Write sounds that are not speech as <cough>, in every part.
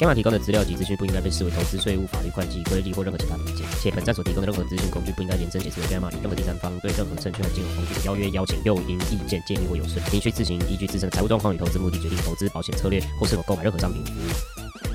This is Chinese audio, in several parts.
Gamma 提供的资料及资讯不应该被视为投资、税务、法律、会计、规例或任何其他的意见，且本站所提供的任何资讯工具不应该延伸解释为 Gamma 与任何第三方对任何证券和金融工具的邀约、邀请、诱因、意见、建议或有损，您需自行依据自身的财务状况与投资目的决定投资、保险策略或是否购买任何商品服务。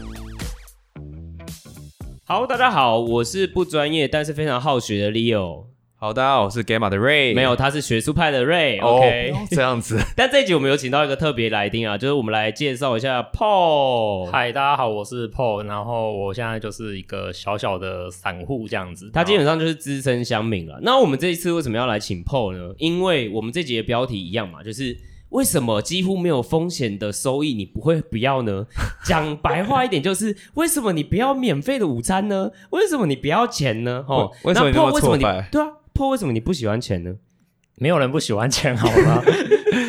好，大家好，我是不专业但是非常好学的 Leo，好，大家好，我是 Gamma 的 Ray。没有，他是学术派的 Ray、哎哦 OK，这样 <laughs> 子。但这一集我们有请到一个特别来宾啊，就是我们来介绍一下 Paul。嗨，大家好，我是 Paul，然后我现在就是一个小小的散户这样子。他基然本上就是资深乡民了。那我们这一次为什么要来请 Paul 呢？因为我们这集的标题一样嘛，就是为什么几乎没有风险的收益你不会不要呢？ <laughs> 讲白话一点，就是为什么你不要免费的午餐呢？为什么你不要钱呢？哦，为为什那么你那 Paul 么为什么你挫败对啊？Paul 为什么你不喜欢钱呢？后没有人不喜欢钱，好 <laughs> 吗？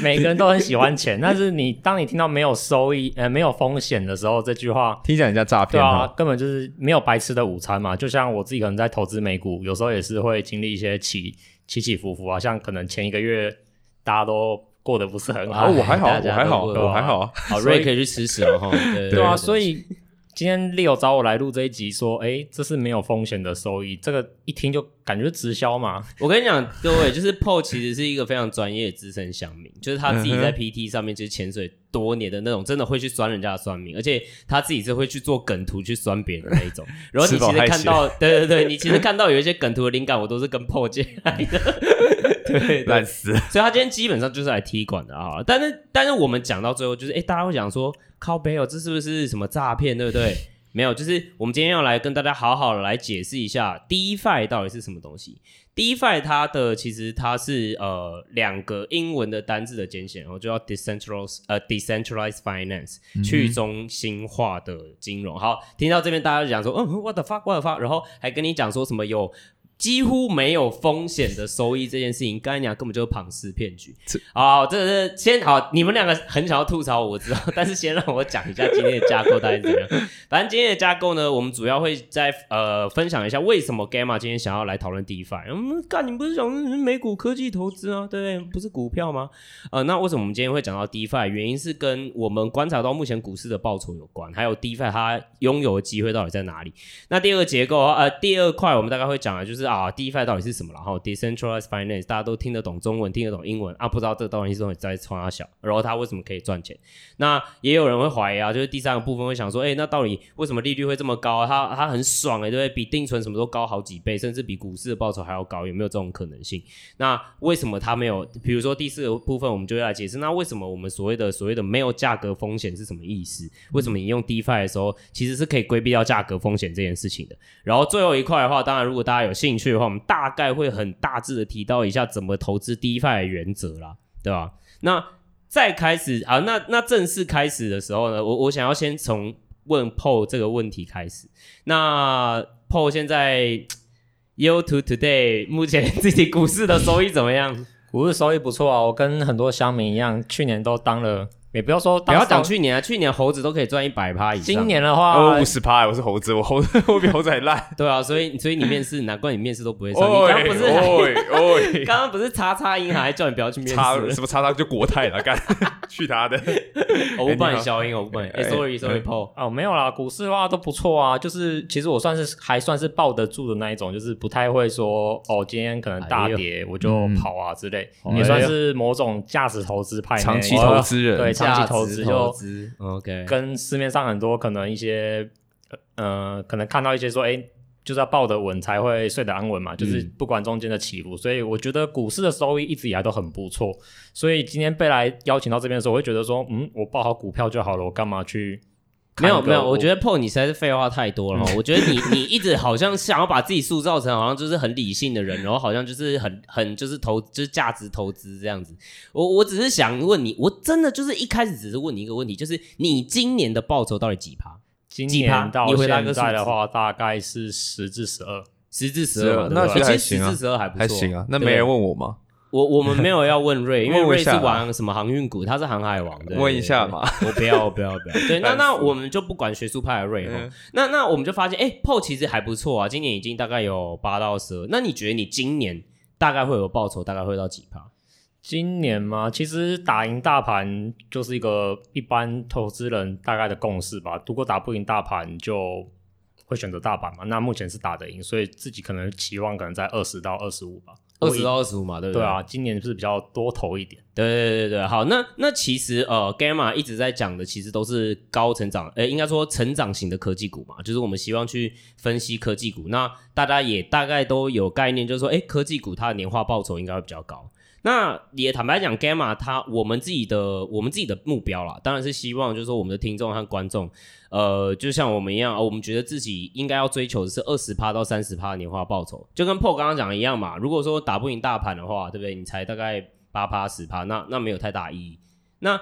每个人都很喜欢钱，但是你当你听到没有收益，呃，没有风险的时候，这句话。听起来人家诈对骗啊哦哈，，根本就是没有白吃的午餐嘛。就像我自己可能在投资美股，有时候也是会经历一些起起起伏伏啊。像可能前一个月大家都过得不是很好，啊，我还好，哎大我家还好，都我还好啊。好所以，Ray 可以去吃屎了 <laughs> 哈。对对啊，以。所以今天 Leo 找我来录这一集，说，哎、这是没有风险的收益，这个一听就感觉是直销嘛。我跟你讲，各位，就是 PO 其实是一个非常专业的资深乡民，就是他自己在嗯哼 PT 上面就是潜水多年的那种，真的会去酸人家的酸民，而且他自己是会去做梗图去酸别人的那一 <laughs> 种。然后你吃饱其实太看闲到，对对对，你其实看到有一些梗图的灵感，我都是跟 PO 借来 <laughs> 的。对对烂，死，所以他今天基本上就是来踢馆的啊。但是但是我们讲到最后，就是哎、诶大家会讲说靠背哦，这是不是什么诈骗，对不对？没有，就是我们今天要来跟大家好好的来解释一下 DeFi 到底是什么东西。DeFi 它的其实它是呃两个英文的单字的简写，然后就叫 decentralized 呃 decentralized finance，、去中心化的金融。好，听到这边大家就讲说，嗯，what the fuck，what the fuck，然后还跟你讲说什么有。几乎没有风险的收益这件事情，刚才讲根本就是庞氏骗局。好，这是先好，你们两个很想要吐槽我，我知道，但是先让我讲一下今天的架构大概是怎么样。反正今天的架构呢，我们主要会在呃分享一下为什么 Gamma 今天想要来讨论 DeFi。我们干，你们不是讲美股科技投资啊，对不对？不是股票吗？呃，那为什么我们今天会讲到 DeFi？原因是跟我们观察到目前股市的报酬有关，还有 DeFi 它拥有的机会到底在哪里。那第二个结构啊，呃，第二块我们大概会讲的就是啊，DeFi 到底是什么，然后 Decentralized Finance 大家都听得懂中文，听得懂英文啊，不知道这东西是到底在冲它小，然后它为什么可以赚钱？那也有人会怀疑啊，就是第三个部分会想说，哎、那到底为什么利率会这么高、啊？它它很爽哎、对不对？比定存什么都高好几倍，甚至比股市的报酬还要高，有没有这种可能性？那为什么它没有？比如说第四个部分，我们就会来解释，那为什么我们所谓的所谓的没有价格风险是什么意思？为什么你用 DeFi 的时候，其实是可以规避掉价格风险这件事情的？然后最后一块的话，当然如果大家有兴趣的话，我们大概会很大致的提到一下怎么投资 DeFi 的原则啦，对吧？那再开始啊，那那正式开始的时候呢，我我想要先从问 Paul 这个问题开始。那 Paul 现在 You to Today 目前自己股市的收益怎么样？股市收益不错啊，我跟很多乡民一样，去年都当了，也不要说 <laughs> 不当要讲少去年啊，去年猴子都可以赚一百趴以上。今年的啊话我五，十趴，我是猴子，我猴子， <laughs> 我比猴子还烂。对啊，所以所以你面试，难怪你面试都不会 <laughs> 上。你哦刚刚不是还 <laughs> 哦刚刚不是叉叉银行还叫你不要去面 <laughs> 叉哎试？什么叉叉就国泰了，干 <laughs> 去他的。我不帮你消音，我不帮你。哎，sorry sorry Paul。哦，没有啦，股市的话都不错啊，就是其实我算是还算是抱得住的那一种，就是不太会说哦，今天可能大跌我就跑啊之类，嗯也算是某种价值投资派那一种，长期投资人对，长期投资就资，OK，跟市面上很多可能一些呃，可能看到一些说，哎、就是要抱得稳才会睡得安稳嗯嘛，就是不管中间的起伏，所以我觉得股市的收益一直以来都很不错。所以今天被来邀请到这边的时候，我会觉得说，嗯，我抱好股票就好了，我干嘛去没看个？有没有，我觉得得 PO 你实在是废话太多了哦。我觉得你 <laughs> 你一直好像想要把自己塑造成好像就是很理性的人，然后好像就是很很就是投就是价值投资这样子。我我只是想问你，我真的就是一开始只是问你一个问题，就是你今年的报酬到底几趴？今几趴年到你回答现个数在的话，大概是十至十二。十至十二嘛，那对不对其其实实还行啊十至十二还不错，还行啊。那对没人问我吗？我我们没有要问瑞，因为问我瑞一是下玩什么航运股，他是航海王。对问一下嘛，对对我不要，我不要，我不要。对，那烦死那我们就不管学术派的瑞哈嗯，那那我们就发现，哎、p o 其实还不错啊，今年已经大概有八到十二。那你觉得你今年大概会有报酬，大概会到几趴？今年嘛，其实打赢大盘就是一个一般投资人大概的共识吧。如果打不赢大盘，就会选择大盘嘛。那目前是打得赢，所以自己可能期望可能在二十到二十五吧。二十到二十五嘛，对不对对啊，今年是比较多投一点。对对对对，好，那那其实呃，Gamma 一直在讲的其实都是高成长，呃，应该说成长型的科技股嘛，就是我们希望去分析科技股，那大家也大概都有概念，就是说，哎，科技股它的年化报酬应该会比较高。那也坦白讲，Gamma 它我们自己的我们自己的目标啦，当然是希望就是说我们的听众和观众，呃，就像我们一样，呃我们觉得自己应该要追求的是二十趴到三十趴的年化报酬，就跟 PO 刚刚讲的一样嘛。如果说打不赢大盘的话，对不对？你才大概八趴十趴，那那没有太大意义。那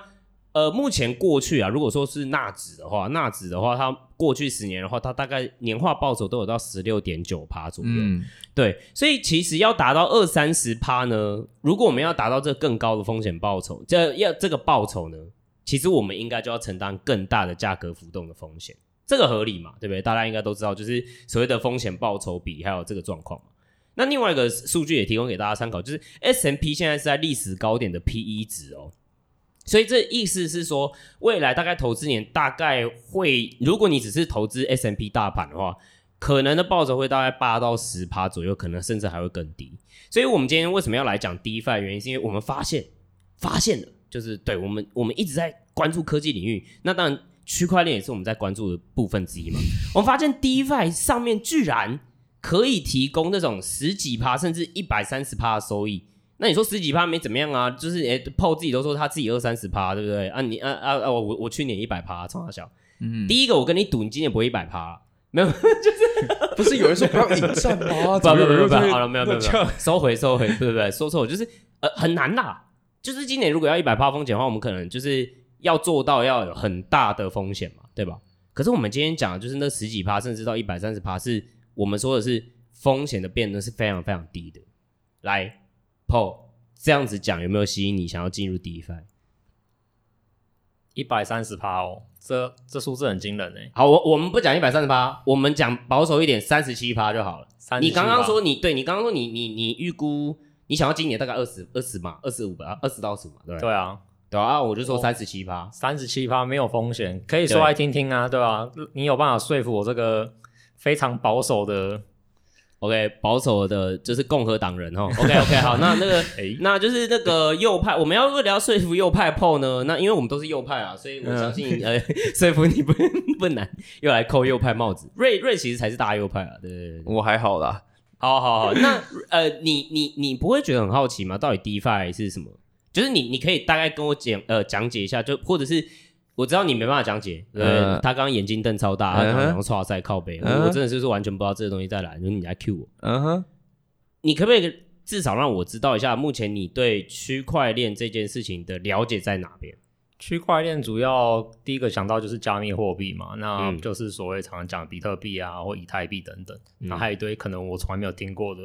呃，目前过去啊，如果说是纳指的话，纳指的话，它过去十年的话，它大概年化报酬都有到十六点九趴左右。嗯，对，所以其实要达到二三十趴呢，如果我们要达到这更高的风险报酬，这要这个报酬呢，其实我们应该就要承担更大的价格浮动的风险，这个合理嘛？对不对？大家应该都知道，就是所谓的风险报酬比，还有这个状况嘛。那另外一个数据也提供给大家参考，就是 S M P 现在是在历史高点的 P E 值哦，所以这意思是说，未来大概投资年大概会，如果你只是投资 S M P 大盘的话，可能的报酬会大概八到十趴左右，可能甚至还会更低。所以我们今天为什么要来讲 DeFi？原因是因为我们发现，发现了，就是对我们我们一直在关注科技领域，那当然区块链也是我们在关注的部分之一嘛。我们发现 DeFi 上面居然可以提供那种十几趴甚至一百三十趴的收益。那你说十几趴没怎么样啊？就是诶、泡自己都说他自己二三十趴，对不对？啊你啊啊啊我我去年一百趴，冲他笑。嗯，第一个我跟你赌，你今年不会一百趴，啊没有。不是有人说不要引战吗？ <laughs> 不不不不，好了，没有没有没这样有，收回收回，对不对？说错，就是呃很难啦。就是今年如果要一百趴风险的话，我们可能就是要做到要有很大的风险嘛，对吧？可是我们今天讲的就是那十几趴，甚至到一百三十趴，是我们说的是风险的变动是非常非常低的。来，Paul 这样子讲有没有吸引你想要进入 DeFi？一百三十趴哦，这这数字很惊人哎、好，我我们不讲一百三十趴，我们讲保守一点，三十七趴就好了。 37啊你刚刚吧说你对你刚刚说你你你预估你想要今年大概二十二十嘛，二十五吧，二十到十嘛，对不对？对啊，对啊，我就说三十七趴。三十七趴没有风险，可以说来听听啊，对吧、你有办法说服我这个非常保守的 OK，保守的就是共和党人哦。OK OK，好，那那 <laughs> 个诶那就是那个右派，我们要为了要说服右派 PO 呢，那因为我们都是右派啊，所以我相信、呃 <laughs> 说服你不不难，又来扣右派帽子。瑞瑞其实才是大右派啊，对对对。 <laughs> 我还好啦，好好好，那呃，你你你不会觉得很好奇吗？到底 DeFi 是什么？就是你你可以大概跟我讲呃讲解一下，就或者是我知道你没办法讲解，呃，嗯他刚刚眼睛瞪超大，他刚刚嗯哼然后刷塞靠背，我嗯我真的就是完全不知道这个东西在哪，就是你来 cue 我，嗯哼，你可不可以至少让我知道一下，目前你对区块链这件事情的了解在哪边？区块链主要第一个想到就是加密货币嘛，那嗯就是所谓常常讲比特币啊或以太币等等，嗯然后还有一堆可能我从来没有听过的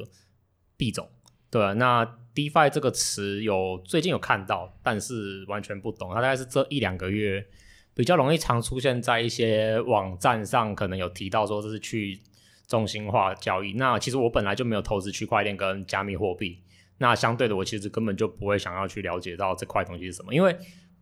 币种。对啊、那 DeFi 这个词有最近有看到，但是完全不懂。它大概是这一两个月比较容易常出现在一些网站上，可能有提到说这是去中心化交易。那其实我本来就没有投资区块链跟加密货币，那相对的我其实根本就不会想要去了解到这块东西是什么，因为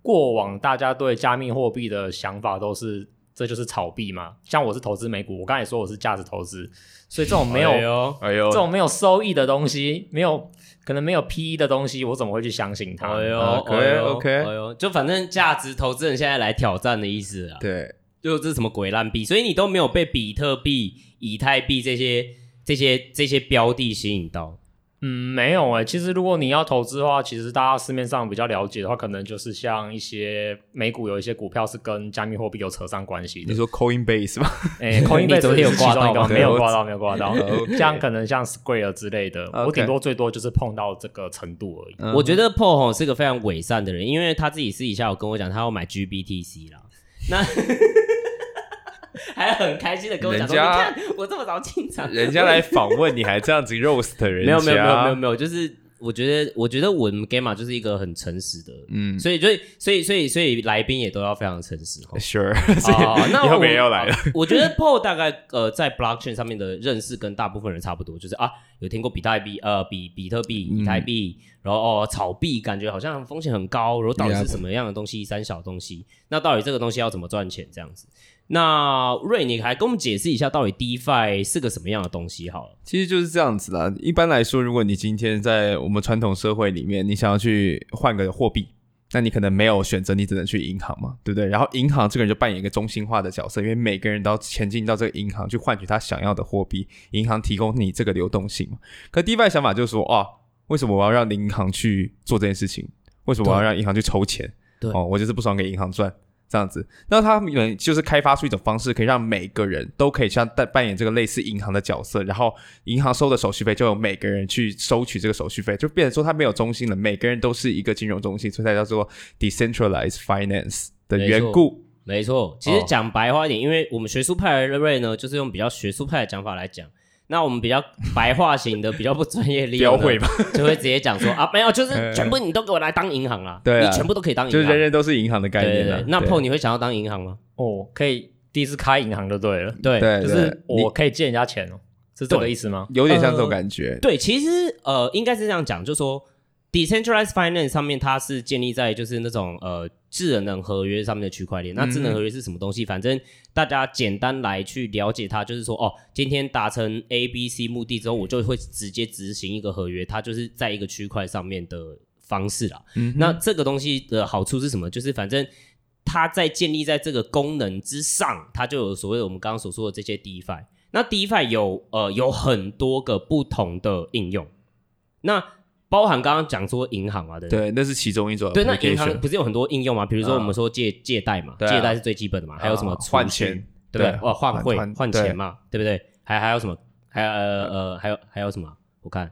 过往大家对加密货币的想法都是这就是炒币嘛。像我是投资美股，我刚才也说我是价值投资，所以这种没有、哎呦，哎呦这，种没有收益的东西，没有可能没有 P E 的东西，我怎么会去相信它？哎呦 OK，哎呦啊 OK 哎呦，就反正价值投资人现在来挑战的意思啊。对，就这是什么鬼烂币，所以你都没有被比特币、以太币这些、这些、这些标的吸引到。嗯，没有哎、其实如果你要投资的话，其实大家市面上比较了解的话，可能就是像一些美股有一些股票是跟加密货币有扯上关系 <laughs> 你的。说 Coinbase 吧哎，空一你昨天有挂到吗没有对挂我到，没有挂到 OK。像可能像 Square 之类的，我 OK 顶多最多就是碰到这个程度而已。嗯我觉得 Paul 吼是个非常伪善的人，因为他自己私底下有跟我讲，他要买 GBTC 啦。那 <laughs> 还很开心的跟我讲说，人家你看我这么早进场，嗯人家来访问你还这样子 roast 人 <laughs> 没有没有没有没有有，没有，就是我觉得我觉得我们 Gamma 就是一个很诚实的，嗯所以所以所以所以所以来宾也都要非常诚实哦。 ，sure，哦，那以后我别要来了。我觉得 Paul 大概呃在 blockchain 上面的认识跟大部分人差不多，就是啊有听过比特币呃比比特币、以嗯太币，然后哦炒币，感觉好像风险很高，然后到底是 Yep 什么样的东西，三小东西，那到底这个东西要怎么赚钱这样子？那瑞，你还跟我们解释一下到底 DeFi 是个什么样的东西好了？其实就是这样子啦。一般来说，如果你今天在我们传统社会里面，你想要去换个货币，那你可能没有选择，你只能去银行嘛，对不对？然后银行这个人就扮演一个中心化的角色，因为每个人都要前进到这个银行去换取他想要的货币，银行提供你这个流动性嘛。可 DeFi 想法就是说，啊，为什么我要让银行去做这件事情？为什么我要让银行去抽钱？对哦，我就是不爽给银行赚。这样子，那他们就是开发出一种方式，可以让每个人都可以像扮扮演这个类似银行的角色，然后银行收的手续费就由每个人去收取这个手续费，就变成说它没有中心了，每个人都是一个金融中心，所以它叫做 decentralized finance 的没错缘故。没错，其实哦讲白话一点，因为我们学术派的瑞呢，就是用比较学术派的讲法来讲。那我们比较白话型的、比较不专业的， <laughs> 标会吧，就会直接讲说啊，没有， <laughs> 就是全部你都给我来当银行啦，对啊你全部都可以当银就行，是人人都是银行的概对对念了、啊对。那对 PO 你会想要当银行吗？哦，可以第一次开银行就对了，对对就对是你我可以借人家钱哦，是这个意思吗？有点像呃这种感觉，对，其实呃，应该是这样讲，就说 decentralized finance 上面它是建立在就是那种呃智能合约上面的区块链。那智能合约是什么东西？反正大家简单来去了解它，就是说哦，今天达成 A、B、C 目的之后，我就会直接执行一个合约，它就是在一个区块上面的方式啦。嗯哼那这个东西的好处是什么？就是反正。它在建立在这个功能之上，它就有所谓的我们刚刚所说的这些 DeFi。那 DeFi 有呃有很多个不同的应用，那包含刚刚讲说银行啊嘛，对不对？对，那是其中一种 application。对，那银行不是有很多应用嘛？比如说嗯我们说借借贷嘛，对啊借贷是最基本的嘛，还有什么啊储蓄换钱，对不对对？啊哦，换汇换换钱嘛，对不对？还还有什么？还有呃呃还有还有什么？我看，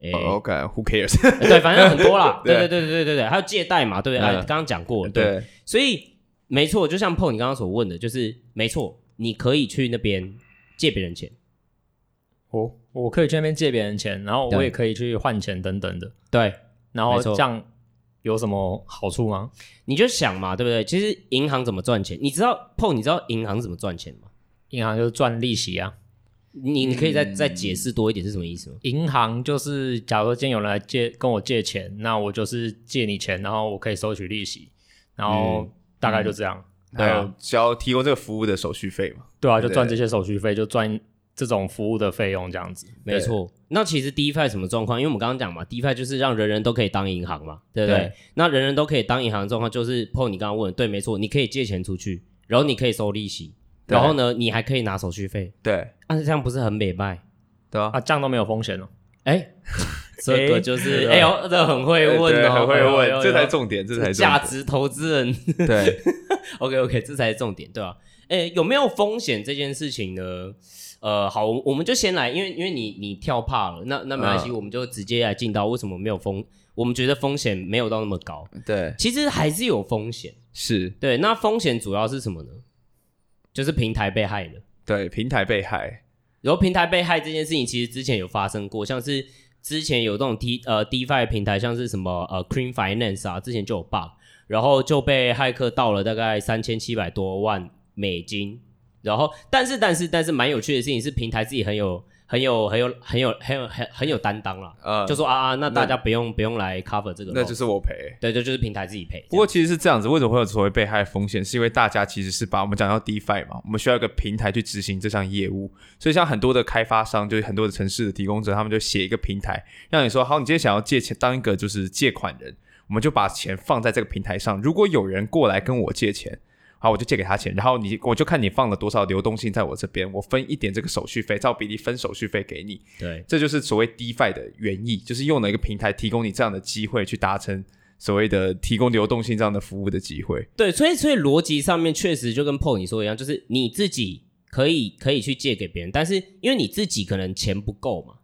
诶，呃 <laughs> ？OK，Who cares？ <laughs> 对，反正很多啦。对对对对对对对对，还有借贷嘛，对不对？哎嗯刚刚讲过， <laughs> 对，所以没错，就像 PO 你刚刚所问的，就是没错，你可以去那边借别人钱，我哦我可以去那边借别人钱，然后我对也可以去换钱等等的，对，然没后错这样有什么好处吗？你就想嘛，对不对？其实银行怎么赚钱？你知道 PO 你知道银行怎么赚钱吗？银行就是赚利息啊，你你可以再、再解释多一点是什么意思吗？银行就是假如说今天有人来借跟我借钱，那我就是借你钱，然后我可以收取利息，然后嗯大概就这样。还有交提供这个服务的手续费嘛？对啊，对就赚这些手续费，就赚这种服务的费用这样子。没错。那其实 DeFi 什么状况？因为我们刚刚讲嘛，DeFi 就是让人人都可以当银行嘛，对不对？对那人人都可以当银行的状况，就是 PO 你刚刚问的，对，没错，你可以借钱出去，然后你可以收利息，对然后呢，你还可以拿手续费，对，但是这样不是很美卖？对啊啊，，这样都没有风险哦。哎， <laughs> 这个就是哎呦，这很会问对哦，很会哎呦哎问，呦这哎才呦重点，这才重价点值投资人。对， <laughs> OK OK，这才是重点，对吧、诶，有没有风险这件事情呢？呃，好，我我们就先来，因为因为你你跳怕了，那那没关系，嗯我们就直接来进到为什么没有风，我们觉得风险没有到那么高，对，其实还是有风险。是，对，那风险主要是什么呢？就是平台被害了。对，平台被害，然后平台被害这件事情，其实之前有发生过，像是之前有这种 D 呃 DeFi 平台，像是什么呃 Cream Finance 啊，之前就有 bug，然后就被骇客盗了大概三千七百多万美金。然后，但是但是但是蛮有趣的事情是，平台自己很有很有很有很有很有很很有担当啦，呃，就说啊啊，那大家不用不用来 cover 这个 loan，那就是我赔。对，就就是平台自己赔。不过其实是这样子，为什么会有所谓被害风险？是因为大家其实是把我们讲到 DeFi 嘛，我们需要一个平台去执行这项业务，所以像很多的开发商，就是很多的城市的提供者，他们就写一个平台，让你说好，你今天想要借钱当一个就是借款人，我们就把钱放在这个平台上，如果有人过来跟我借钱。好，我就借给他钱，然后你我就看你放了多少流动性在我这边，我分一点这个手续费，照比例分手续费给你。对这就是所谓 DeFi 的原意，就是用了一个平台提供你这样的机会去达成所谓的提供流动性这样的服务的机会。对，所以所以逻辑上面确实就跟 PO 你说的一样，就是你自己可以可以去借给别人，但是因为你自己可能钱不够嘛，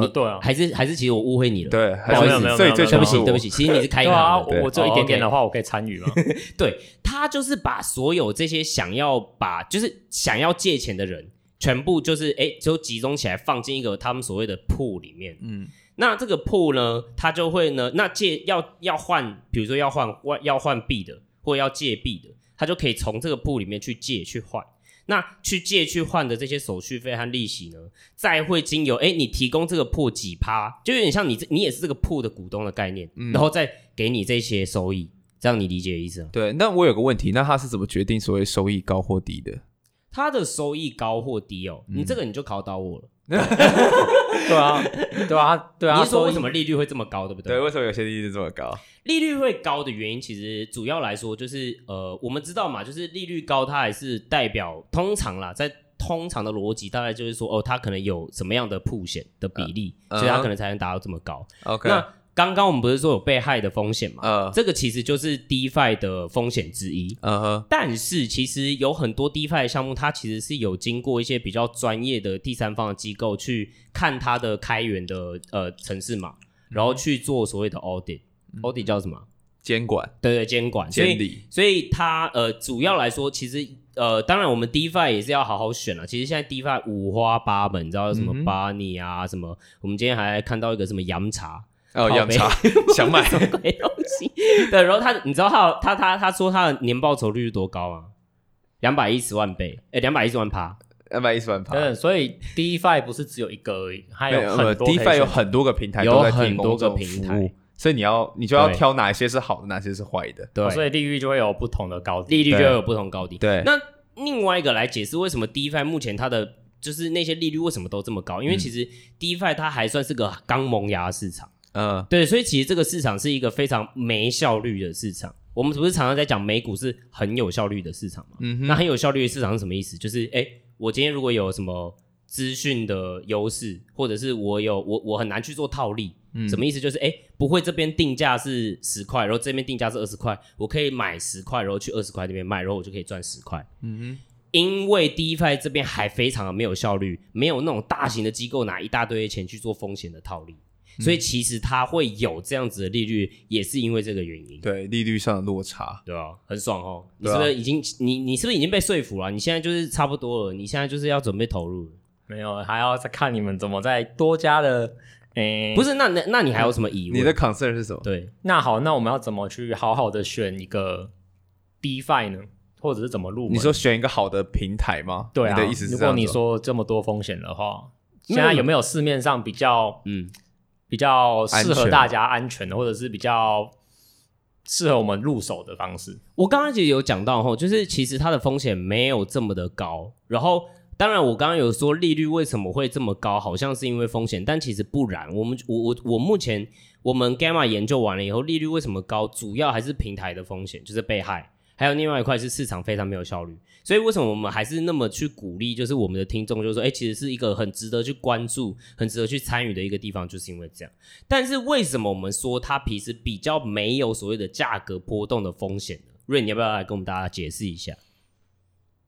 呃，对啊，还是还是其实我误会你了。对，还哦没有是没有最没有最对强不是起，我对不起，其实你是开对行啊，的，我我只有哦一点点 OK 的话，我可以参与吗？对他就是把所有这些想要把就是想要借钱的人，全部就是哎，诶就集中起来放进一个他们所谓的铺里面。嗯，那这个铺呢，他就会呢，那借要要换，比如说要换换要换币的，或要借币的，他就可以从这个铺里面去借去换。那去借去换的这些手续费和利息呢，再会经由哎、诶你提供这个铺几趴，就有点像你这你也是这个铺的股东的概念，然后再给你这些收益，这样你理解意思吗？啊对。那我有个问题，那他是怎么决定所谓收益高或低的？它的收益高或低哦，嗯你这个你就考倒我了。对啊，对啊，对 <laughs> 啊，你是说所以为什么利率会这么高，对不呃对，为什么有些利率这么高？利率会高的原因，其实主要来说就是呃，我们知道嘛，就是利率高，它还是代表通常啦，在通常的逻辑大概就是说，哦，它可能有什么样的铺险的比例，呃所以嗯它哼可能才能达到这么高。 OK，那刚刚我们不是说有被害的风险嘛？呃这个其实就是 DeFi 的风险之一。嗯哼，但是其实有很多 DeFi 的项目，它其实是有经过一些比较专业的第三方的机构去看它的开源的呃城市码，然后去做所谓的 audit，audit、audit 叫什么？监管、对对，监管。所嗯监以理，所以它呃主要来说，其实呃当然我们 DeFi 也是要好好选了、啊其实现在 DeFi 五花八门，你知道有什么嗯哼 Bunny 啊，什么我们今天还看到一个什么洋茶，哦，靠养背茶 <laughs> 想 <laughs> 买，什么鬼东西？对，然后他，你知道他他他他说他的年报酬率是多高吗？两百一十万倍，哎，两百一十万趴。两百一十万等趴。等，所以 DeFi 不是只有一个而已，还没有有呃很多可以选 DeFi 有很多个平台有都在提很多供这个种平服台务，所以你要你就要对挑哪些是好的，哪些是坏的。对哦所以利率就会有不同的高低。利率就对有不同高低。对那另外一个来解释为什么 DeFi 目前它的就是那些利率为什么都这么高，因为其实 DeFi 它还算是个刚萌芽的市场，嗯，对，所以其实这个市场是一个非常没效率的市场。我们不是常常在讲美股是很有效率的市场吗？嗯哼那很有效率的市场是什么意思？就是哎、诶我今天如果有什么资讯的优势，或者是我有我我很难去做套利，什么意思？就是哎、诶不会这边定价是十块，然后这边定价是二十块，我可以买十块，然后去二十块那边卖，然后我就可以赚十块。嗯因为 DeFi 这边还非常的没有效率，没有那种大型的机构拿一大堆的钱去做风险的套利，所以其实它会有这样子的利率，也是因为这个原因哼，。对，利率上的落差。对啊，很爽哦！你对是啊不是已经、你你是不是已经被说服了？你现在就是差不多了，你现在就是要准备投入了。没有，还要再看你们怎么再多加的。诶、不是，那那那你还有什么疑问？你的 concern 是什么？对那好，那我们要怎么去好好的选一个 DeFi 呢？或者是怎么入门？你说选一个好的平台吗？对啊，你的意思是如这样子吗果哦你说这么多风险的话，因现为在有没有市面上比较嗯，比较适安合全大家安全的，或者是比较适合我们入手的方式？我刚刚其实有讲到吼，就是其实它的风险没有这么的高。然后，当然我刚刚有说利率为什么会这么高，好像是因为风险，但其实不然。我们我我我目前我们 Gamma 研究完了以后，利率为什么高，主要还是平台的风险，就是被害。还有另外一块是市场非常没有效率，所以为什么我们还是那么去鼓励，就是我们的听众，就是说，哎、其实是一个很值得去关注、很值得去参与的一个地方，就是因为这样。但是为什么我们说它平时比较没有所谓的价格波动的风险呢？瑞，你要不要来跟我们大家解释一下，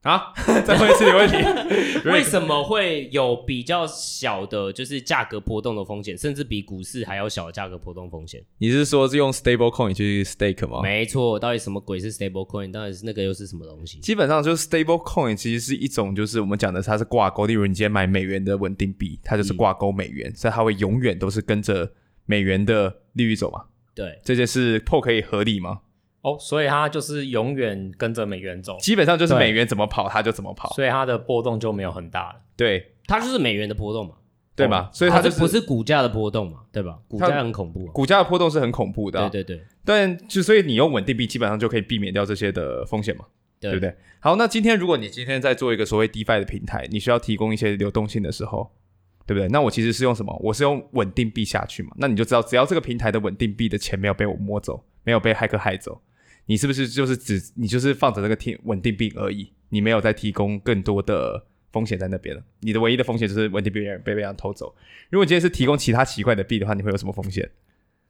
啊， <laughs> 再问一次你的问 <laughs> 题。为什么会有比较小的，就是价格波动的风险，甚至比股市还要小的价格波动风险？你是说是用 stable coin 去 stake 吗？没错，到底什么鬼是 stable coin？到底是那个又是什么东西？基本上就是 stable coin 其实是一种，就是我们讲的它是挂钩，例如你今天买美元的稳定币，它嗯就是挂钩美元，所以它会永远都是跟着美元的利率走嘛。对，这件事 PO 可以合理吗？哦，所以它就是永远跟着美元走，基本上就是对美元怎么跑，它就怎么跑，所以它的波动就没有很大了。对它就是美元的波动嘛，对哦吧？所以它这就是不是股价的波动嘛，对吧？股价很恐怖、啊，股价的波动是很恐怖的啊、对对对但就所以你用稳定币基本上就可以避免掉这些的风险嘛。对对不？对？好，那今天如果你今天在做一个所谓 DeFi 的平台，你需要提供一些流动性的时候，对不对？那我其实是用什么？我是用稳定币下去嘛。那你就知道，只要这个平台的稳定币的钱没有被我摸走，没有被骇客害走，你是不是就是只你就是放着这个天稳定币而已？你没有再提供更多的风险在那边了。你的唯一的风险就是稳定币被人被别人偷走。如果你今天是提供其他奇怪的币的话，你会有什么风险？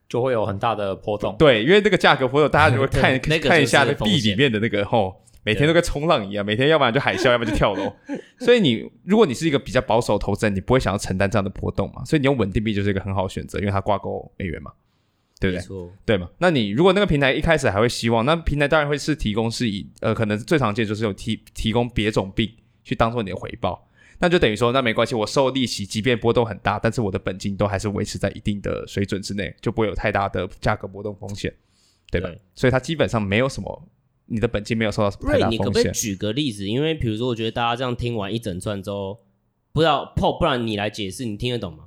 就会有很大的波动。对，因为那个价格波动，大家如果看 <laughs> 那个就是看一下那风币险里面的那个吼，每天都跟冲浪一样，每天要不然就海啸，要不 <laughs> 然就跳楼。所以你如果你是一个比较保守的投资人，你不会想要承担这样的波动嘛？所以你用稳定币就是一个很好的选择，因为它挂钩美元嘛，对不没对？错，对嘛？那你如果那个平台一开始还会希望，那平台当然会是提供是以呃，可能最常见就是有提提供别种病去当做你的回报，那就等于说那没关系，我收利息，即便波动很大，但是我的本金都还是维持在一定的水准之内，就不会有太大的价格波动风险，对吧？对所以它基本上没有什么，你的本金没有受到什么太瑞，大你可不风可以险。举个例子？因为比如说，我觉得大家这样听完一整串之后，不知道 p 不然你来解释，你听得懂吗？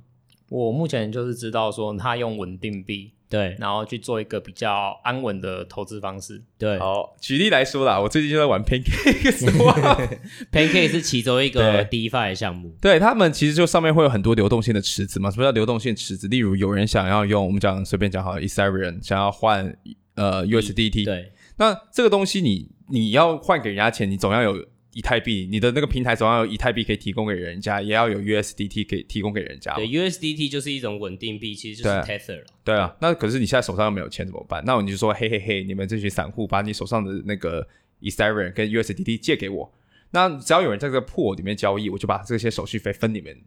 我目前就是知道说他用稳定币，对然后去做一个比较安稳的投资方式。对好，举例来说啦，我最近就在玩 Pancake Swap， ，Pancake 是其中一个对 DeFi 的项目，对他们其实就上面会有很多流动性的池子嘛。什么叫流动性池子？例如有人想要用我们讲随便讲好了 Ethereum 想要换呃 USDT，，嗯 E，对那这个东西你你要换给人家钱，你总要有以太币，你的那个平台总要有以太币可以提供给人家，也要有 USDT 可以提供给人家嘛。对，USDT 就是一种稳定币，其实就是对 Tether 了。对啊，那可是你现在手上又没有钱怎么办？那我就说，嘿嘿嘿，你们这群散户把你手上的那个 Ethereum 跟 USDT 借给我，那只要有人在这个 pool 里面交易，我就把这些手续费分你们。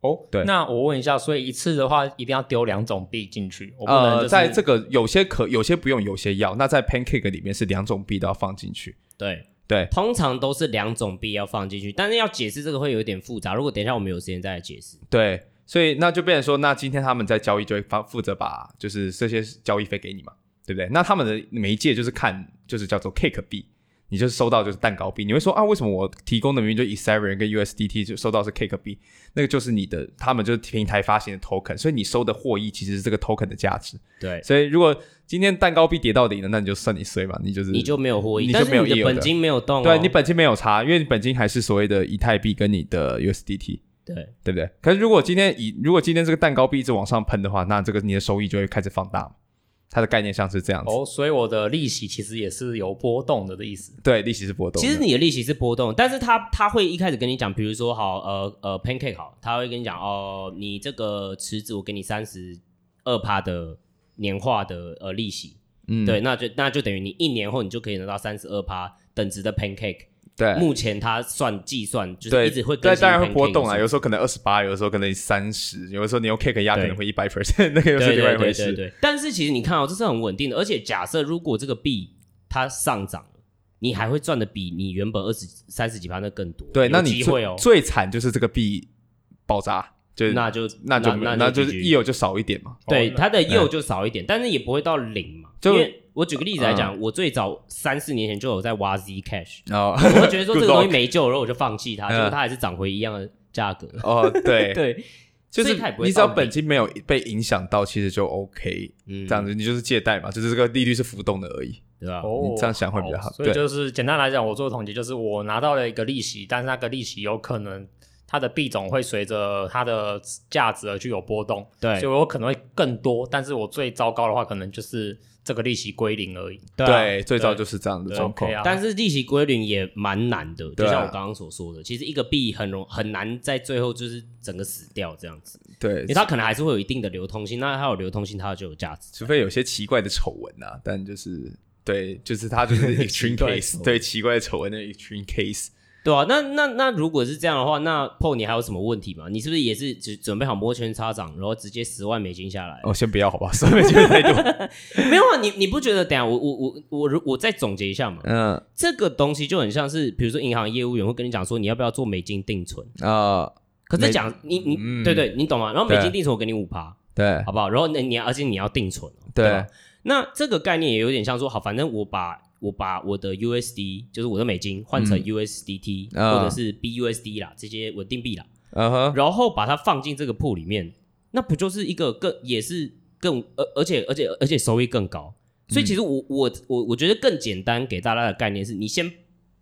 哦，对，那我问一下，所以一次的话一定要丢两种币进去，我不能就呃，是在这个有些可有些不用，有些要。那在 Pancake 里面是两种币都要放进去。对，对，通常都是两种币要放进去，但是要解释这个会有点复杂。如果等一下我们有时间再来解释。对，所以那就变成说，那今天他们在交易就会帮负责把就是这些交易费给你嘛，对不对？那他们的媒介就是看就是叫做 cake 币，你就是收到就是蛋糕币。你会说啊，为什么我提供的明明就 Ethereum 跟 USDT 就收到是 cake 币？那个就是你的，他们就是平台发行的 token，所以你收的获益其实是这个 token 的价值。对，所以如果今天蛋糕币跌到底了，那你就算你衰嘛，你就是你就没有获益，你但就是没有你益的有的本金没有动、哦。对你本金没有差，因为你本金还是所谓的以太币跟你的 USDT，对对不对？可是如果今天以如果今天这个蛋糕币一直往上喷的话，那这个你的收益就会开始放大嘛它的概念上是这样子，哦，所以我的利息其实也是有波动的的意思。对，利息是波动的。其实你的利息是波动，但是他他会一开始跟你讲，比如说好，呃呃，pancake 好，他会跟你讲哦，你这个池子我给你三十二趴的年化的呃利息，嗯，对，那就那就等于你一年后你就可以拿到三十二趴等值的 pancake。对目前它算计算就是对，一直会更但新 pancake 的数字，当然会波动啊，有时候可能二十八，有时候可能三十，有的时候你用 cake 压可能会一百 percent，那个又是对另对外一回对事。对对。但是其实你看哦，这是很稳定的，而且假设如果这个币它上涨了，你还会赚的比你原本二十三十几趴那更多。对，那有你机会最哦，最惨就是这个币爆炸，就是那就那就没那有那那就是 GG 一有就少一点嘛。对哦它的右就少一点，但是也不会到零嘛。就嗯因为我举个例子来讲，我最早三四年前就有在挖 Z Cash，然后我会觉得说这个 Good 东西 luck 没救了，然后我就放弃它，嗯结果它还是涨回一样的价格。 <laughs> 哦，对，对，就所是以它也不会你只要到本零金没有被影响到，其实就 OK。嗯这样子你就是借贷嘛，就是这个利率是浮动的而已。对吧？哦你嗯这样想会比较好所以对就是简单来讲，我做的统计就是我拿到了一个利息，但是那个利息有可能它的币种会随着它的价值而去有波动，所以对我有可能会更多。但是我最糟糕的话，可能就是这个利息归零而已。对啊对，最早就是这样的状况 OK。啊，但是利息归零也蛮难的，就对啊像我刚刚所说的，其实一个币很容很难在最后就是整个死掉这样子，对因为，它可能还是会有一定的流通性，那它有流通性，它就有价值。除非有些奇怪的丑闻啊，但就是对，就是它就是奇 <laughs> extreme 怪的丑 case，闻对，奇怪的丑闻的 extreme case。对啊，那那那如果是这样的话，那 PO 你还有什么问题吗？你是不是也是只准备好摩拳擦掌，然后直接十万美金下来？哦，先不要好 <laughs> 吧，所以就太多。没有啊，你你不觉得？等一下我我我我如我再总结一下嘛，嗯这个东西就很像是，比如说银行业务员会跟你讲说你要不要做美金定存，啊，可是美讲你你、嗯对对，你懂吗？然后美金对定存我给你五趴，对好不好？然后那你要而且你要定存哦，对吧那这个概念也有点像说，好，反正我把我把我的 USD，就是我的美金换成嗯 USDT、啊或者是 BUSD 啦，这些稳定币啦，嗯哼，然后把它放进这个铺里面，那不就是一个更也是更而而且而且而且收益更高？所以其实我、我我我觉得更简单给大家的概念是，你先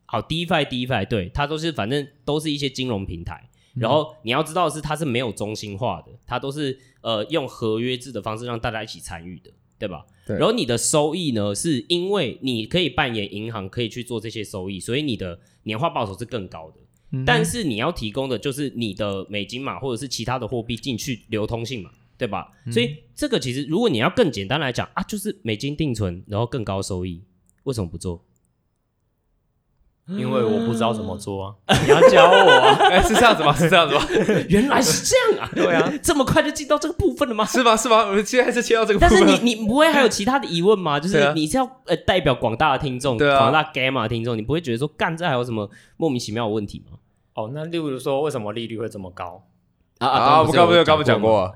好 DeFi DeFi，对，它都是反正都是一些金融平台。然后你要知道的是，它是没有中心化的，它都是呃用合约制的方式让大家一起参与的，对吧？对然后你的收益呢，是因为你可以扮演银行，可以去做这些收益，所以你的年化报酬是更高的。但是你要提供的就是你的美金嘛，或者是其他的货币进去流通性嘛，对吧？所以这个其实如果你要更简单来讲啊，就是美金定存，然后更高收益，为什么不做？因为我不知道怎么做啊，你要教我啊。 <laughs> 哎，是这样子吗？是这样子吗？ <laughs> 原来是这 <laughs> 样啊！对啊，这么快就进到这个部分了吗？ <laughs> 是吗？是吗？我们现在是切到这个部但分是了，你你不会还有其他的疑问 <laughs> 吗？就对是啊你是要呃代表广大的听众，对啊广大 gamma 的听众，你不会觉得说干这还有什么莫名其妙的问题吗？哦，那例如说，为什么利率会这么高？啊啊，我刚不是是有刚不讲吗？过啊？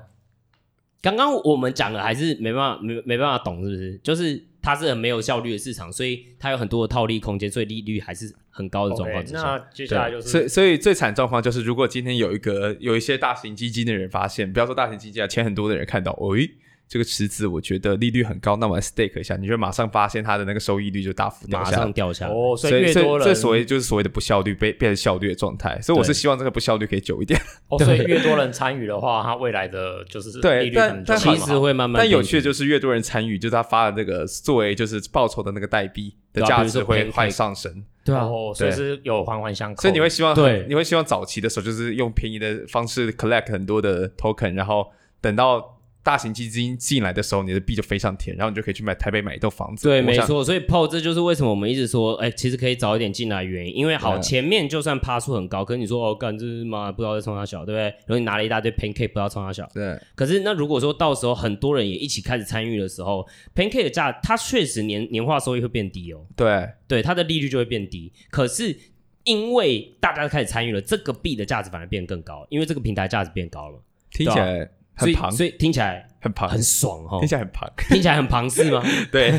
刚刚我们讲的还是没办法没没办法懂，是不是？就是它是很没有效率的市场，所以它有很多的套利空间，所以利率还是很高的状况 OK，之那下。接下来就所是以，所以最惨状况就是，如果今天有一个有一些大型基金的人发现，不要说大型基金啊，钱很多的人看到，诶、这个池子我觉得利率很高，那我来 stake 一下，你就马上发现它的那个收益率就大幅掉马下来上。掉下来，哦，所所以越以，所多以人，这所谓就是所谓的不效率被变成效率的状态，所以我是对希望这个不效率可以久一点。哦，所以越多人参与的话，它未来的就是对利率但可能就但会其更实好会慢慢但变低。有趣的就是，越多人参与，就是他发的那个作为就是报酬的那个代币的对啊价比如值说会 pancake 快上升，对啊，哦，所以对是有环环相扣。所以你会希望对你会希望早期的时候就是用便宜的方式 collect 很多的 token，然后等到大型基金进来的时候，你的币就飞上天，然后你就可以去买台北买一栋房子。对，我没想。错，所以 PO 这就是为什么我们一直说，哎、其实可以早一点进来的原因，因为好、对前面就算趴数很高，可是你说哦，干这是妈不知道在冲他小，对不对？然后你拿了一大堆 pancake 不知道冲他小，对，可是那如果说到时候很多人也一起开始参与的时候，pancake 的价它确实年年化收益会变低哦，对，对，它的利率就会变低，可是。因为大家开始参与了，这个币的价值反而变更高，因为这个平台价值变高了，听起来所很以庞，所以听起来很庞，很爽哦听，起来很庞。听起来很庞氏吗？ <laughs> 对，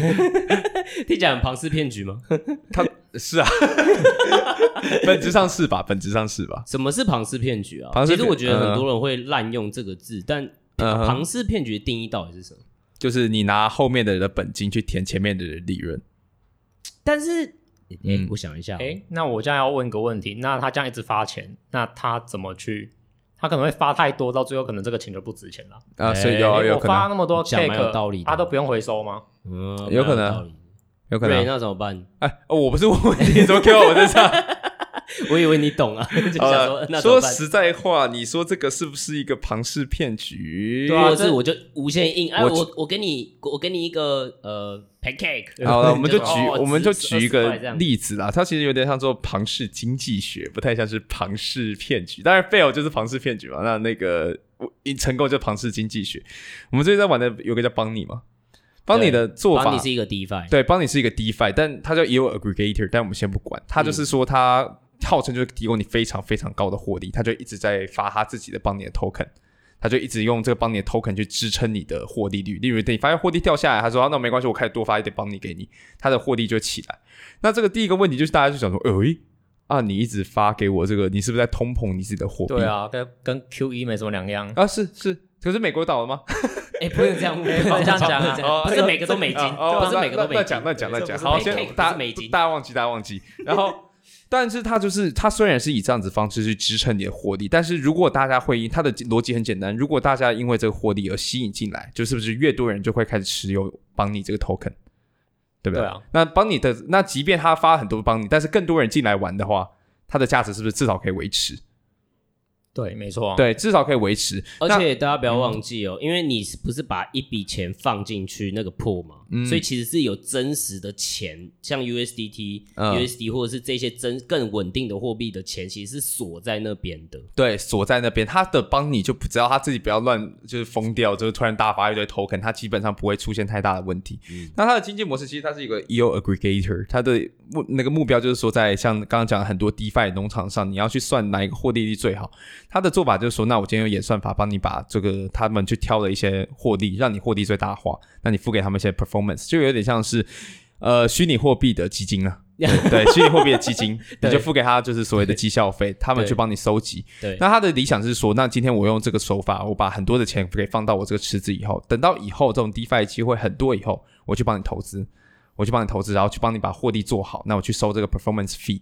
听起来很庞氏骗局吗？他是 <laughs> 啊，本质上是吧？本质上是吧？什么是庞氏骗局啊？庞氏其骗实我觉得很多人会滥用这个字，但嗯哼庞氏骗局的定义到底是什么？就是你拿后面的人的本金去填前面的人的利润，但是，哎、嗯我想一下、哎，那我现在要问一个问题，那他这样一直发钱，那他怎么去？他可能会发太多，到最后可能这个钱就不值钱了。啊，所以哎有诶有我可发能，那么多讲 cake，蛮有道理的他都不用回收吗？嗯，有可能蛮道理。有可对，能。那怎么办？哎，哦我不是问问题，怎么 Q 到我身上？我以为你懂啊， <laughs> <laughs> 就好想说了那怎么呃说办？实在话，你说这个是不是一个庞氏骗局？如啊果这是我就无限硬，哎、我我我给你，我给你一个呃 pancake。 <laughs> 好了，我 <laughs> 们就说举哦我们就10举一20个块这样例子啦，它其实有点像做庞氏经济学，不太像是庞氏骗局。当然，fail 就是庞氏骗局嘛。那那个我一成功就庞氏经济学。我们最近在玩的有个叫邦尼嘛，邦尼的做帮法你是一个 DeFi，对，邦尼是一个 DeFi，但它叫也有 aggregator，但我们先不管。它嗯就是说，它号称就是提供你非常非常高的获利，它就一直在发它自己的邦尼的 token，它就一直用这个邦尼的 token 去支撑你的获利率。例如，你发现获利掉下来，他说、啊那没关系，我开始多发一点邦尼给你，它的获利就起来。那这个第一个问题就是大家就想说，诶、啊，你一直发给我这个，你是不是在通膨你自己的货币？对，啊，跟跟 Q 一没什么两样。 <laughs> 啊是是，可是美国倒了吗？哎、不能这样，不能 <laughs> 不能这样讲 <laughs> 啊不是每个都美金，哦，不是每个都美那金讲，那讲那讲，这好，不是美先 cake，不大是美金大家忘记，大家忘记。然后，但是它就是它虽然是以这样子方式去支撑你的获利，但是如果大家会因它的逻辑很简单，如果大家因为这个获利而吸引进来，就是不是越多人就会开始持有帮你这个 token，对不对啊那帮你的那即便他发很多帮你，但是更多人进来玩的话，它的价值是不是至少可以维持？对，没错。啊对，至少可以维持。哦而那且大家不要忘记哦，因为你是不是把一笔钱放进去那个破嘛，嗯所以其实是有真实的钱，像 USDT、嗯 USD 或者是这些真更稳定的货币的钱，其实是锁在那边的。对，锁在那边，他的帮你就不只要他自己不要乱，就是疯掉，就是突然大发一堆 token，他基本上不会出现太大的问题。嗯那它的经济模式其实它是一个 EO aggregator，它的目那个目标就是说，在像刚刚讲的很多 DeFi 农场上，你要去算哪一个获利率最好。它的做法就是说，那我今天用演算法帮你把这个他们去挑了一些获利，让你获利最大化，那你付给他们一些 performance，就有点像是呃虚拟货币的基 <laughs> 金啊。 <laughs> 对，虚拟货币的基金，你对就付给他就是所谓的绩效费，他们对去帮你收集。对，那他的理想是说，那今天我用这个手法，我把很多的钱给放到我这个池子以后，等到以后这种 DeFi 机会很多以后，我去帮你投资，我去帮你投资，然后去帮你把获利做好，那我去收这个 performance fee。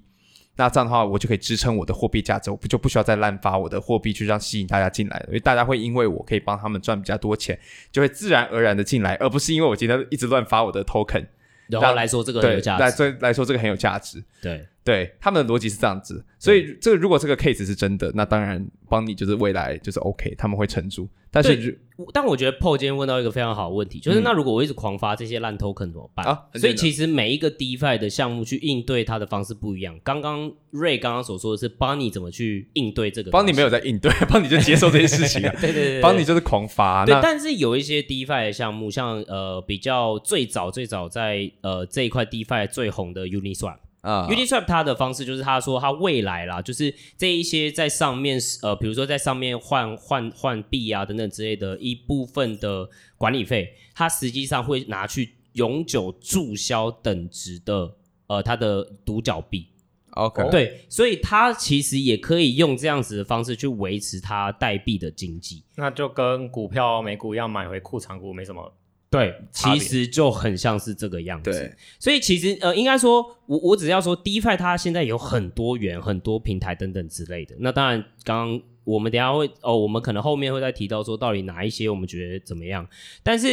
那这样的话，我就可以支撑我的货币价值，我不就不需要再滥发我的货币去让吸引大家进来了，因为大家会因为我可以帮他们赚比较多钱，就会自然而然的进来，而不是因为我今天一直乱发我的 token。然后来说这个很有对，价来值，这来说这个很有价值。对，对，他们的逻辑是这样子，所以这个如果这个 case 是真的，那当然帮你就是未来就是 OK，他们会承租。但是对如我但我觉得 PO 今天问到一个非常好的问题，就是嗯那如果我一直狂发这些烂 token 怎么办？啊很简单所以其实每一个 DeFi 的项目去应对它的方式不一样。刚刚 Ray 刚刚所说的是帮你怎么去应对这个东西，，帮你没有在应对，帮你就接受这些事情啊 <laughs> 对对对对帮你啊就是狂发。对，那但是有一些 DeFi 的项目，像呃比较最早最早在呃这一块 DeFi 最红的 Uniswap。啊 Uniswap 它的方式就是他说他未来啦，就是这一些在上面呃，比如说在上面换换换币啊等等之类的一部分的管理费，它实际上会拿去永久注销等值的呃它的独角币。 OK，对，所以它其实也可以用这样子的方式去维持它代币的经济。那就跟股票美股一样，买回库藏股没什么。对，差其别实就很像是这个样子。对，所以其实呃，应该说，我我只要说，DeFi 它现在有很多元、很多平台等等之类的。那当然，刚刚我们等一下会哦，我们可能后面会再提到说，到底哪一些我们觉得怎么样。但是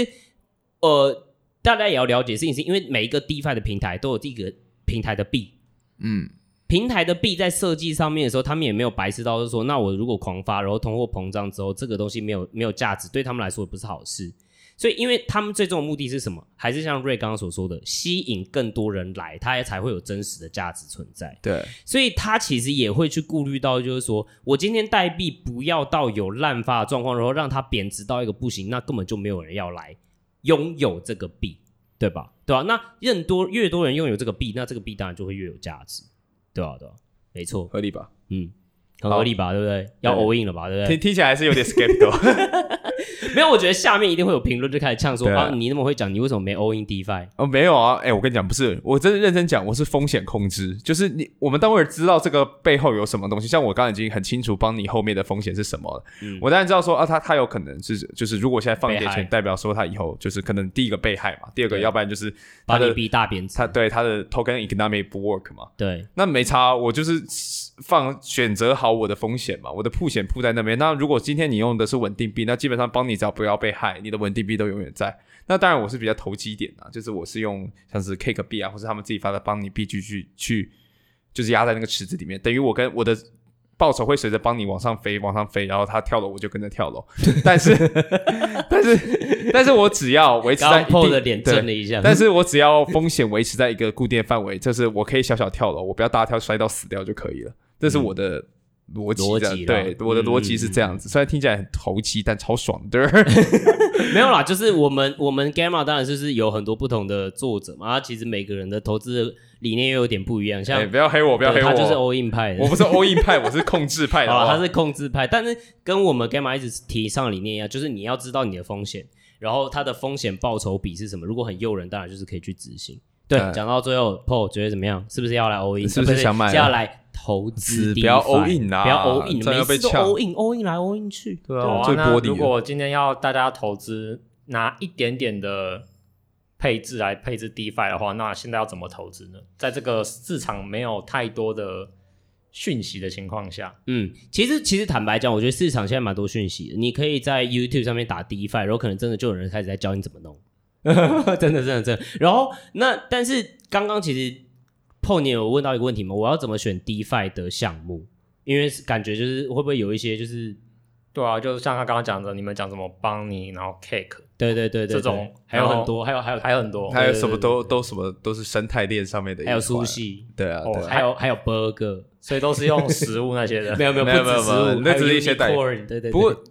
呃，大家也要了解事情，是因为每一个 DeFi 的平台都有这个平台的币。嗯，平台的币在设计上面的时候，他们也没有白痴到是说，那我如果狂发，然后通货膨胀之后，这个东西没有没有价值，对他们来说也不是好事。所以，因为他们最终的目的是什么？还是像瑞刚刚所说的，吸引更多人来，它才会有真实的价值存在。对，所以，他其实也会去顾虑到，就是说我今天代币不要到有滥发的状况，然后让它贬值到一个不行，那根本就没有人要来拥有这个币，对吧？对吧、那越多越多人拥有这个币，那这个币当然就会越有价值，对吧、对吧、没错，合理吧？嗯，很合理吧？对不对？要 all in 了吧？对不对听？听起来还是有点 skeptical。 <laughs> 没有，我觉得下面一定会有评论就开始呛说对啊啊，你那么会讲，你为什么没 all in DeFi？哦，没有啊，哎、我跟你讲，不是，我真的认真讲，我是风险控制，就是你我们当然知道这个背后有什么东西，像我刚刚已经很清楚帮你后面的风险是什么了。嗯我当然知道说啊，他他有可能是就是如果我现在放一点被钱，害代表说他以后就是可能第一个被害嘛，第二个对要不然就是把他你的币大贬值他，对他的 token economy 不 work 嘛，对那没差啊，我就是放选择好我的风险嘛，我的铺险铺在那边。那如果今天你用的是稳定币，那基本上帮你只要不要被害，你的稳定币都永远在。那当然我是比较投机一点啊，就是我是用像是 Cake 币啊，或是他们自己发的帮你币去去去，就是压在那个池子里面，等于我跟我的。报酬会随着帮你往上飞，往上飞，然后它跳楼我就跟着跳楼。 <laughs> 但是，但是，但是我只要维持刚在刚一 PO 定的脸对震了一下，但是我只要风险维持在一个固定的范围，就是我可以小小跳楼，我不要大跳摔到死掉就可以了。这是我的逻辑嗯逻的，辑啦嗯对，我的逻辑是这样子。虽然听起来很投机，但超爽的。 <laughs> 没有啦，就是我们我们 Gamma 当然就是有很多不同的作者嘛，啊，其实每个人的投资理念又有点不一 <laughs> 样，像、哎，不要黑我，不要黑对我，他就是 all in 派的，我不是 all in 派，我是控制派的。 <laughs> 好好啦不好他是控制派，但是跟我们 Gamma 一直提倡的理念一样，就是你要知道你的风险，然后它的风险报酬比是什么，如果很诱人，当然就是可以去执行。对，对讲到最后，Paul 觉得怎么样？是不是要来 all in？哎是不是啊想买是要来投资是 DeFi？不要 all in 啊不要 all in，这样每要被次都呛 all in，all in 来 all in 去。对好啊，啊最那玻如璃了。果今天要大家投资拿一点点的配置来配置 DeFi 的话，那现在要怎么投资呢？在这个市场没有太多的讯息的情况下，嗯，其实其实坦白讲，我觉得市场现在蛮多讯息的。你可以在 YouTube 上面打 DeFi，然后可能真的就有人开始在教你怎么弄， <laughs> 真的真的真的。然后那但是刚刚其实 p 你有问到一个问题嘛，我要怎么选 DeFi 的项目？因为感觉就是会不会有一些就是对啊，就是像他刚刚讲的，你们讲什么邦尼，然后 Cake 对对对对对这种，还有然后很多，还有还有还还有很多，还有什么都都什么都是生态链上面的一有呃环，还有苏西，对啊，哦对啊，还有还有 <laughs> Burger，所以都是用食物那些的。没有没有没有不止没有食没有物，那还有只是一些代 unicorn，对对。不过对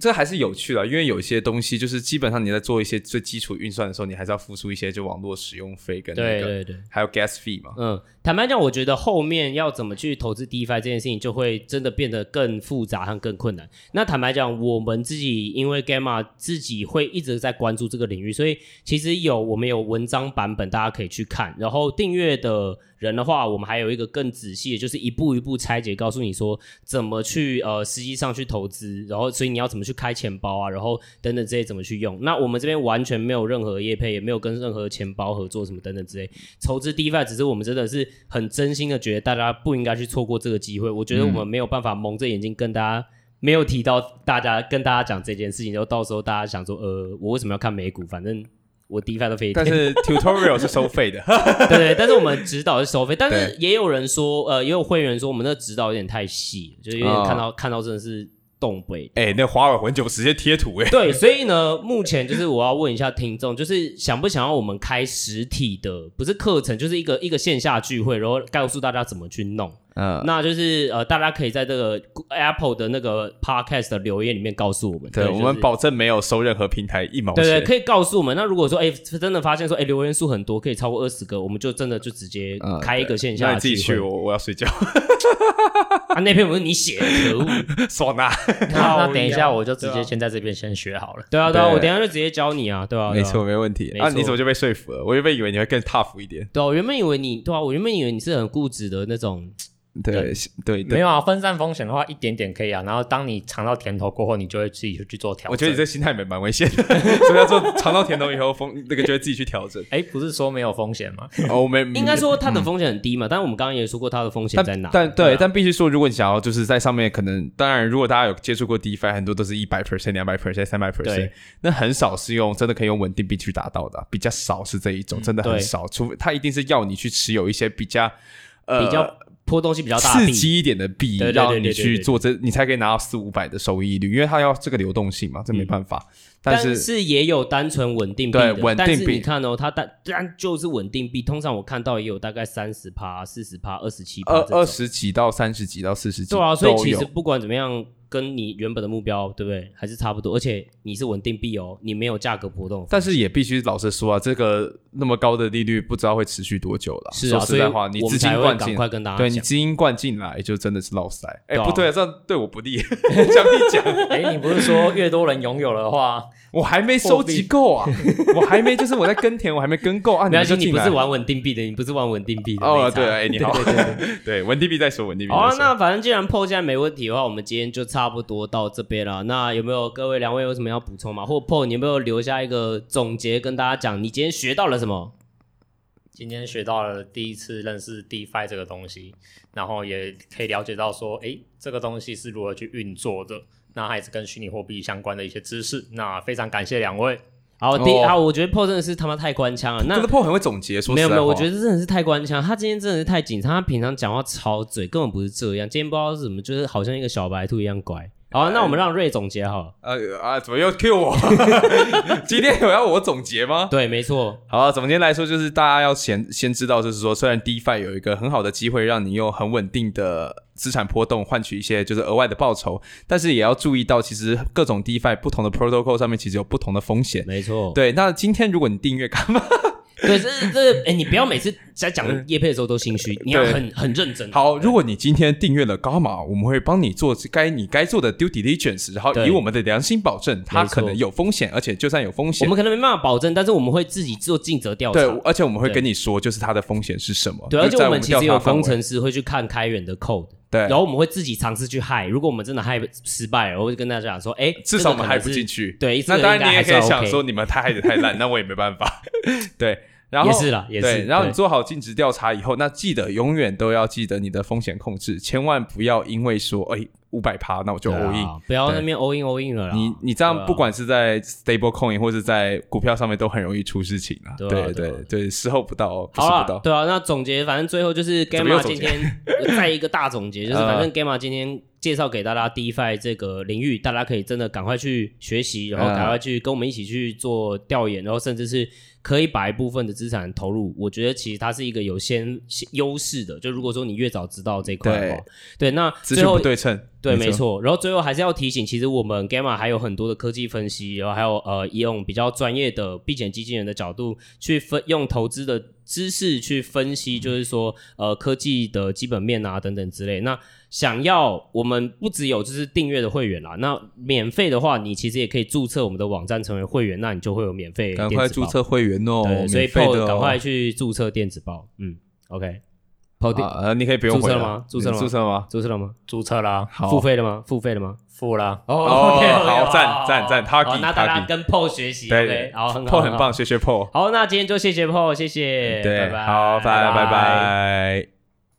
这还是有趣的，因为有一些东西就是基本上你在做一些最基础运算的时候，你还是要付出一些就网络使用费跟那对个对对。还有 gas fee 嘛。嗯，坦白讲，我觉得后面要怎么去投资 DeFi 这件事情，就会真的变得更复杂和更困难。那坦白讲，我们自己因为 Gamma 自己会一直在关注这个领域，所以其实有我们有文章版本，大家可以去看。然后订阅的人的话，我们还有一个更仔细的，就是一步一步拆解，告诉你说怎么去呃实际上去投资，然后所以你要怎么去开钱包啊，然后等等这些怎么去用。那我们这边完全没有任何业配，也没有跟任何钱包合作什么等等之类。筹资 DeFi，只是我们真的是很真心的觉得大家不应该去错过这个机会。我觉得我们没有办法蒙着眼睛跟大家。没有提到大家跟大家讲这件事情，然后到时候大家想说，呃，我为什么要看美股？反正我 DeFi 都非但是 tutorial 是收费 <laughs> 的，对对，但是我们指导是收费，但是对也有人说，呃，也有会员说我们那个指导有点太细，就是有哦点看到、看到真的是动背。哎、那华尔混酒直接贴图哎、 <laughs> 对，所以呢，目前就是我要问一下听众，就是想不想要我们开实体的，不是课程，就是一个一个线下聚会，然后告诉大家怎么去弄。嗯，那就是呃，大家可以在这个 Apple 的那个 Podcast 的留言里面告诉我们。对，就是我们保证没有收任何平台一毛钱。对对，可以告诉我们。那如果说哎、真的发现说哎、留言数很多，可以超过二十个，我们就真的就直接嗯开一个线那下你的自己聚去，会。我我要睡觉， <laughs> 啊，那篇文是你写的，可恶！爽啊！ <laughs> 那那等一靠下腰我就直对啊接先在这边先学好了。对啊对啊，对我等一下就直接教你啊，对啊，对没啊错，。没问题。没啊，错你怎么就被说服了？我原本以为你会更 tough 一点。对啊，我原本以为你对啊，我原本以为你是很固执的那种，对对没对，有啊，分散风险的话一点点可以啊。然后当你尝到甜头过后，你就会自己去做调整。我觉得你这心态蛮蛮危险 <laughs> 的，所以要做尝到甜头以后，风那个就会自己去调整。哎，不是说没有风险吗？哦，我们应该说它的风险很低嘛。但是我们刚刚也说过它的风险但在哪，但对对啊，但必须说，如果你想要就是在上面，可能当然，如果大家有接触过 DeFi，很多都是一百 percent、两百 percent、三百对 percent，那很少是用真的可以用稳定币去达到的啊、比较少是这一种，真的嗯很对少，除非它一定是要你去持有一些比较呃比较波动性比较大的刺币，激一点的币，对对对对让你对对去做这，你才可以拿到四五百的收益率，因为它要这个流动性嘛，这没办法。但但是也有单纯稳定币对的，稳定但是币你看哦，它但但就是稳定币，通常我看到也有大概三十趴、四十趴、二十七趴二这种二十几到三十几到四十几，对啊，所以其实不管怎么样，跟你原本的目标对不对，还是差不多。而且你是稳定币哦，你没有价格波动。但是也必须老实说啊，这个那么高的利率不知道会持续多久了。是啊，说所实以在话，你我资们金才会灌赶进，快跟大家对你讲。资金灌进来就真的是落塞。哎、对啊不对啊，这样对我不利。 <laughs> 这样一讲，哎，你不是说越多人拥有的话，我还没收集够啊， <laughs> 我还没就是我在耕田，我还没耕够啊。 <laughs> 没关们系，就你进不来是玩稳定币的，你不是玩稳定币的。哦，没差对，哎、你好，对 <laughs> 对对对，文地币在说，文地币在好说。啊，那反正既然 PO 现在没问题的话，我们今天就差不多到这边了。那有没有各位两位有什么要补充吗？或 PO 你有没有留下一个总结跟大家讲，你今天学到了什么？今天学到了第一次认识 DeFi 这个东西，然后也可以了解到说，诶，这个东西是如何去运作的。那还是跟虚拟货币相关的一些知识。那非常感谢两位，好，第哦啊，我觉得 PO 真的是他妈太官腔了。那这个 Paul 很会总结，说没有没实在有，我话觉得真的是太官腔。他今天真的是太紧张，他平常讲话超嘴，根本不是这样。今天不知道是怎么，就是好像一个小白兔一样乖。好、那我们让瑞总结好了。呃啊，怎么又 Q 我？ <laughs> 今天有要我总结吗？对，没错，好啊，总结来说就是大家要先先知道，就是说虽然 DeFi 有一个很好的机会让你用很稳定的资产波动换取一些就是额外的报酬，但是也要注意到，其实各种 DeFi 不同的 protocol 上面其实有不同的风险。没错。对，那今天如果你订阅干嘛？ <laughs> 对，这这，哎，你不要每次在讲叶配的时候都心虚，你要嗯对很很认真。好，如果你今天订阅了 Gamma，我们会帮你做该你该做的 due diligence，然后对以我们的良心保证，它没错可能有风险，而且就算有风我险，们可能没办法保证，但是我们会自己做尽责调查。对，而且我们会对跟你说，就是它的风险是什么。对，而且就在我们其实有调查范围工，程师会去看开源的 code，对然，后我们会自己尝试去害。如果我们真的害失败了，我会跟大家讲说，哎，至少我这个们可能还不是进。去。对，这那个当应该然，你也还是可以 OK 想说，你们太害的太烂，那 <laughs> 我也没办法。对，然后也是啦，也对是。，然后对你做好尽职调查以后，那记得永远都要记得你的风险控制，千万不要因为说哎五百趴，那我就对 all in。啊不要那边 all in all in 了啦。你你这对样啊不管是在 stable coin 或是在股票上面，都很容易出事情啊。对啊对对啊对对，事后不到哦，不是好不了到，。对啊，那总结，反正最后就是怎么又 Gamma 总今结天 <laughs> 再一个大总结，就是呃反正 Gamma 今天介绍给大家 DeFi 这个领域，大家可以真的赶快去学习，然后呃赶快去跟我们一起去做调研，然后甚至是可以把一部分的资产投入。我觉得其实它是一个有先先优势的，就如果说你越早知道这块的话，对，那资最讯后不对称，对，没。错。然后最后还是要提醒，其实我们 Gamma 还有很多的科技分析，然后还有呃，以用比较专业的避险基金人的角度去分，用投资的知识去分析，嗯就是说呃科技的基本面啊等等之类。那想要我们不只有就是订阅的会员啦，那免费的话，你其实也可以注册我们的网站成为会员，那你就会有免费赶电快子报注。册会员哦，对，所以免费的 PO 哦赶快去注册电子报。嗯，OK。PO 电、啊，呃你可以不用注册回嗯了吗注册了吗注册了吗？注册了吗？注册啦，好付费了吗？付费了吗？付啦，哦 OK，OK，好赞赞赞好 Taki，那大家 Taki 跟 PO 学习对，OK，好，很好，破很棒，。学学破。好，那今天就谢谢 PO，谢谢，对，拜拜好，拜拜拜。